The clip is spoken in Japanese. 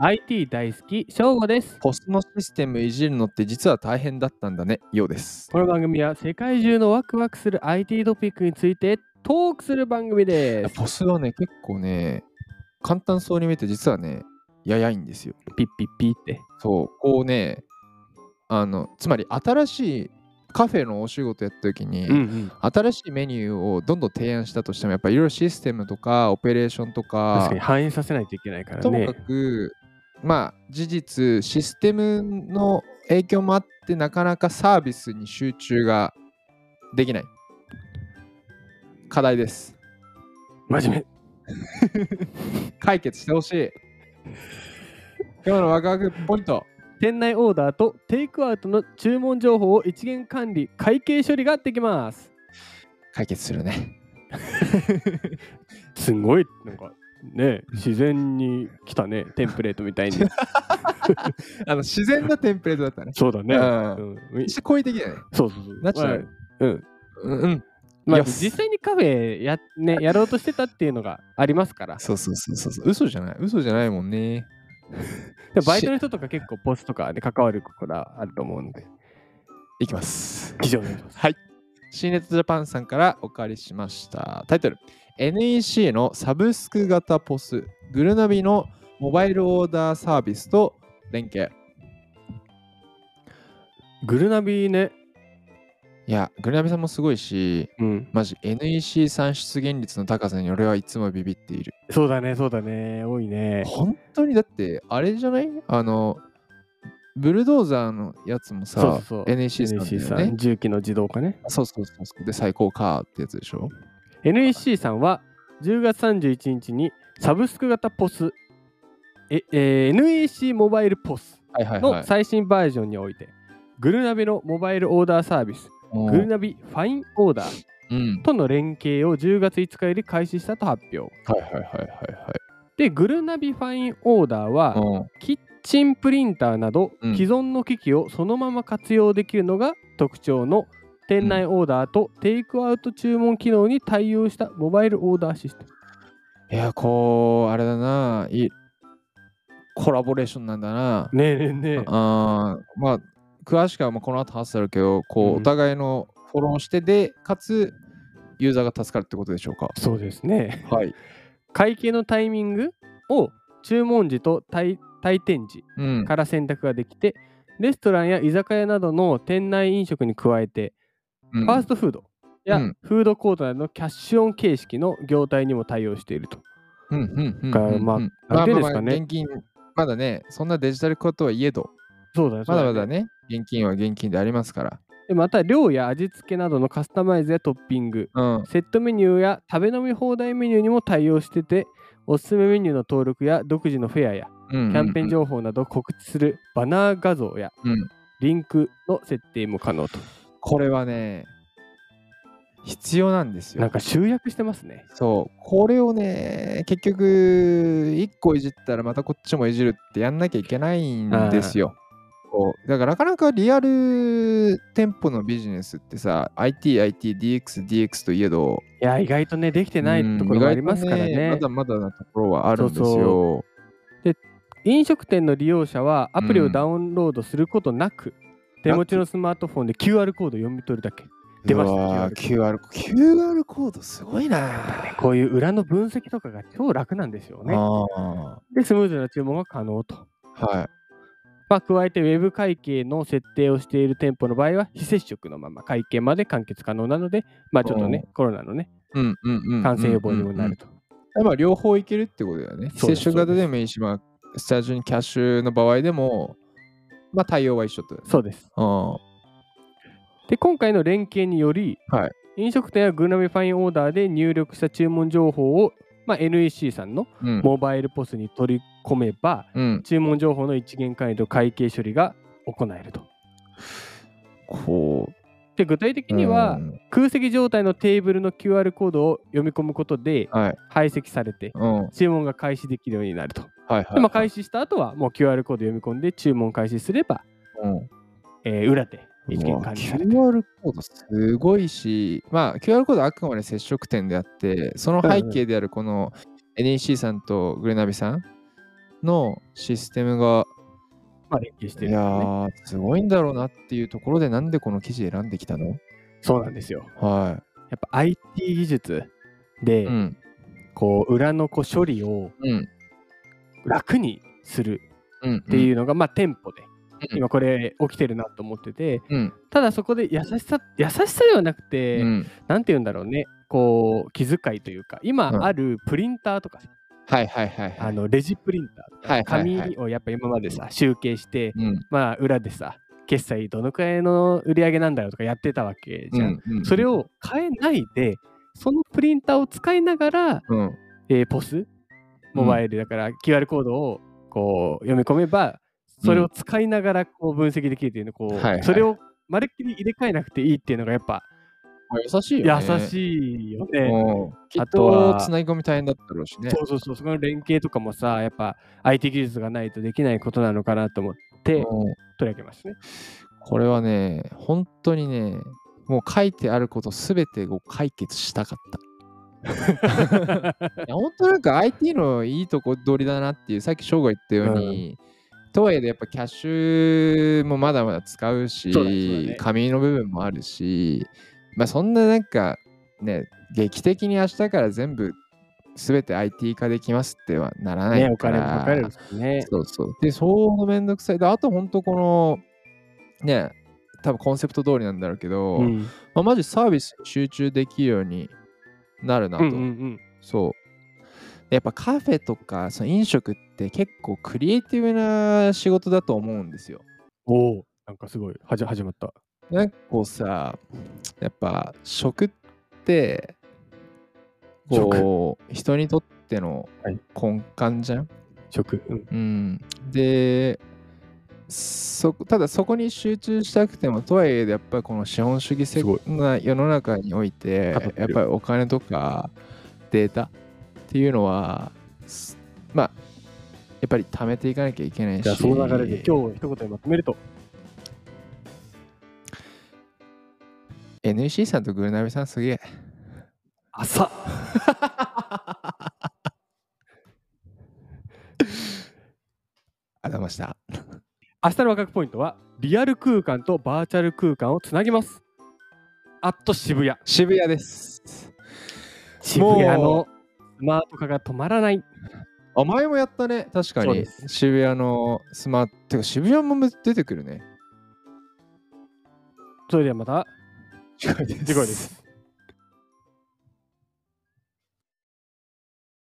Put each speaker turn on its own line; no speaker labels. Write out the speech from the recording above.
IT 大好き、翔吾です。
ポストのシステムいじるのって実は大変だったんだね、ようです。
この番組は世界中のワクワクする IT トピックについてトークする番組
い
で
や
す。
ポスはね、結構ね、簡単そうに見えて実はね、ややいんですよ。
ピッピッピって。
そう、こうね、あの、つまり新しいカフェのお仕事やった時に、
うん、
新しいメニューをどんどん提案したとしても、やっぱいろいろシステムとかオペレーションと
確
か
かに、反映させないといけないから
とも
ね
か。く、まあ、事実、システムの影響もあって、なかなかサービスに集中ができない。課題です。
真面
解決してほし い。今日のワクワクポイント。
目。店内オーダーとテイクアウトの注文情報を一元管理、会計処理ができます。
解決するね。
すごい、なんかね、自然に来たね、テンプレートみたいに。
あの自然なテンプレートだったね。
そうだね。
う
うん
一好意的だね。
そうそうそう。
ナチュラル
まあうん。
うんうん。
まあ、
よし
実際にカフェや,、ね、やろうとしてたっていうのがありますから。
そうそうそうそうそう。嘘じゃない。嘘じゃないもんね。
でバイトの人とか結構ボスとかで関わることがあると思うので、
いきます。
以上お願いします。
はい。新ネットジャパンさんからお借りしました。タイトル NEC のサブスク型ポス、グルナビのモバイルオーダーサービスと連携。
グルナビね。
いや、グルナビさんもすごいし、
うん。
マジ NEC 産出現率の高さに俺はいつもビビっている。
そうだね、そうだね。多いね。
本当にだって、あれじゃないあの、ブルドーザーのやつもさ、
そうそうそう
NEC さんだ
NEC さ
よ
ん、
ね。
重機の自動化ね。
そうそうそうそう。で、最高かってやつでしょ
NEC さんは10月31日にサブスク型ポス、ええー NEC モバイルポス
はいはいは
の
い。
最新バージョンにおいて、グルナビのモバイルオーダーサービス、グルナビファインオーダー、
うん。
との連携を10月5日より開始したと発表
はいはいはいはいはい。
でグルナビファインオーダーは
うん
キッチンプリンターなど
うん
既存の機器をそのまま活用できるのが特徴の店内オーダーとテイクアウト注文機能に対応したモバイルオーダーシステム
いや、こう、あれだな、いいコラボレーションなんだな。
ねえねえねえ
あーまあ、詳しくはまあこの後話するけど、こ
うん
う、お互いのフォローしてで、かつ、ユーザーが助かるってことでしょうか。
そうですね
はい。
会計のタイミングを注文時と退退店時
うん。
から選択ができてレストランや居酒屋などの店内飲食に加えて
うん
ファーストフードや
うん
フードコートなどのキャッシュオン形式の業態にも対応していると。
うんうんうん
から
うんうん
まあ
ま
あ
あ
る程度
ま
です
あ
か
ま
ね
あ現金、まだね、そんなデジタルことはいえど、
そうだね。
まだまだ。ね、現金は現金でありますから。
でまた、量や味付けなどのカスタマイズやトッピング、
うん。
セットメニューや食べ飲み放題メニューにも対応してて、おすすめメニューの登録や独自のフェアやキ
キ
ャ
ャ
ンペーン情報などを告知するバナー画像や
うん
リンクの設定も可能と。
これはね、必要なんですよ。
なんか集約してますね。
そう、これをね、結局、一個いじったらまたこっちもいじるってやんなきゃいけないんですよ。こうだからなかなかリアル店舗のビジネスってさ、IT、IT、DX、DX といえど、
いや、意外とね、できてない
うん
ところもありますから
意外と
ね
まだ。まだなところはあるんですよ。
そうそ飲食店の利用者はアプリをダウンロードすることなく、手持ちのスマートフォンで QR コードを読み取るだけ。出ました
うわー
QR
QR コード。QR コードすごい
ね
な。
こういう裏の分析とかが超楽なんですよ
あ
ね。
あ
で、スムーズな注文が可能と。
はい。
まあ、加えて、ウェブ会計の設定をしている店舗の場合は、非接触のまま会計まで完結可能なので、まあ、ちょっとね、コロナのね、
うんうんうんうんうん
感染予防にもなると。
まあ、両方いけるってことだよね。
そうで
接
す
触型でもいいし、まあ、スタジオにキャッシュの場合でも、まあ、対応は一緒ってことだ
そうです。
よ
で、今回の連携により、
はい
飲食店やグルナビファインオーダーで入力した注文情報を、まあ、NEC さんの
ね。うん。
モバイルポスに取り込めば、
うん、うん。
注文情報の一元管理と会計処理が行えると。
こう。
で具体的には、
うん
空席状態のテーブルの QR コードを読み込むことで
はい。
排斥されて
うん。はい
注文が開始できるようになると。
はい、
でまあ開始した後はもう QR コード読み込んで注文開始すれば、
うん
えー裏で一
う
元
わ
管理される。
QR コードすごいし、まあ、QR コードはあくまで接触点であって、その背景であるこの NEC さんとグレナビさんのシステムが、
まあ、連携してる
い
んです
や
よね。
ー、すごいんだろうなっていうところで、なんでこの記事選んできたの
そうなんですよ。
は
やっぱ IT 技術で、
い。うん。
こう裏のこう処理を
うん。
楽にする
うん。。
っていううのが、まあ店舗で
うん
今これ起きてるなと思ってて
うん。
ただそこで優しさ優しさではなく
う
て、
ん。
なんて言うんだろうねこう気遣いというか今
うん
あるプリンターとかさ、
はいはいはいは
あ
い。
のレジプリンターとか、
はいはいはい
紙をやっぱ今までさ集計して、
うん。
まあ裏でさ決済どのくらいの売り上げなんだろうとかやってたわけじゃん、
うん
それ、を変えないでそのプリンターを使いながら、
うん。
えーポスモバイルだから QR コードをこう読み込めばそれを使いながらこう分析できるというのこう、
はいはい
それをまるっきり入れ替えなくていいっていうのがやっぱ
優しいよね。
優しいよね。
うんきっ
あとは
と、つなぎ込み大変だったろうしね。
そうそうそう、そこの連携とかもさ、やっぱ IT 技術がないとできないことなのかなと思って
うん
取り上げましたね。
これはね、本当にね、もう書いてあることすべてを解決した かった。いや本当なんか IT のいいとこ取りだなっていうさっき翔が言ったように、とはいえやっぱキャッシュもまだまだ使うし
そうだねそうだね
紙の部分もあるし、まあ、そんななんかね劇的に明日から全部全て IT 化できますってはならない
ね、お
か
金も
ら、
かかるしね。
そうそうでそうのめんどくさいであと本当このね多分コンセプト通りなんだろうけど、
うん
まあ、マジサービスに集中できるようになるな
う
と。
んうん
そう。やっぱカフェとかその飲食って結構クリエイティブな仕事だと思うんですよ。
おお、なんかすごい、はじ始まった。
なんかこうさ、やっぱ食ってこう人にとっての
はい
根幹じゃん。
食。うん
うん、でそこただそこに集中したくてもとはいえやっぱりこの資本主義世
すごい
な世の中において
かぶって
やっ
る
ぱりお金とかデータっていうのはすまあやっぱり貯めていかなきゃいけないし
じゃあ、その流れで今日一言でまとめると、
NEC さんとグルナビさんすげえ
朝
ありがとうございました
明日のワクワクポイントは、リアル空間とバーチャル空間をつなぎます。アット渋谷。
渋谷です
渋谷のスマート化が止まらない。
あ前もやったね確
そ
か
う
に
です
渋谷のスマートてか渋谷も出てくるね
それではまた
次回です
次回です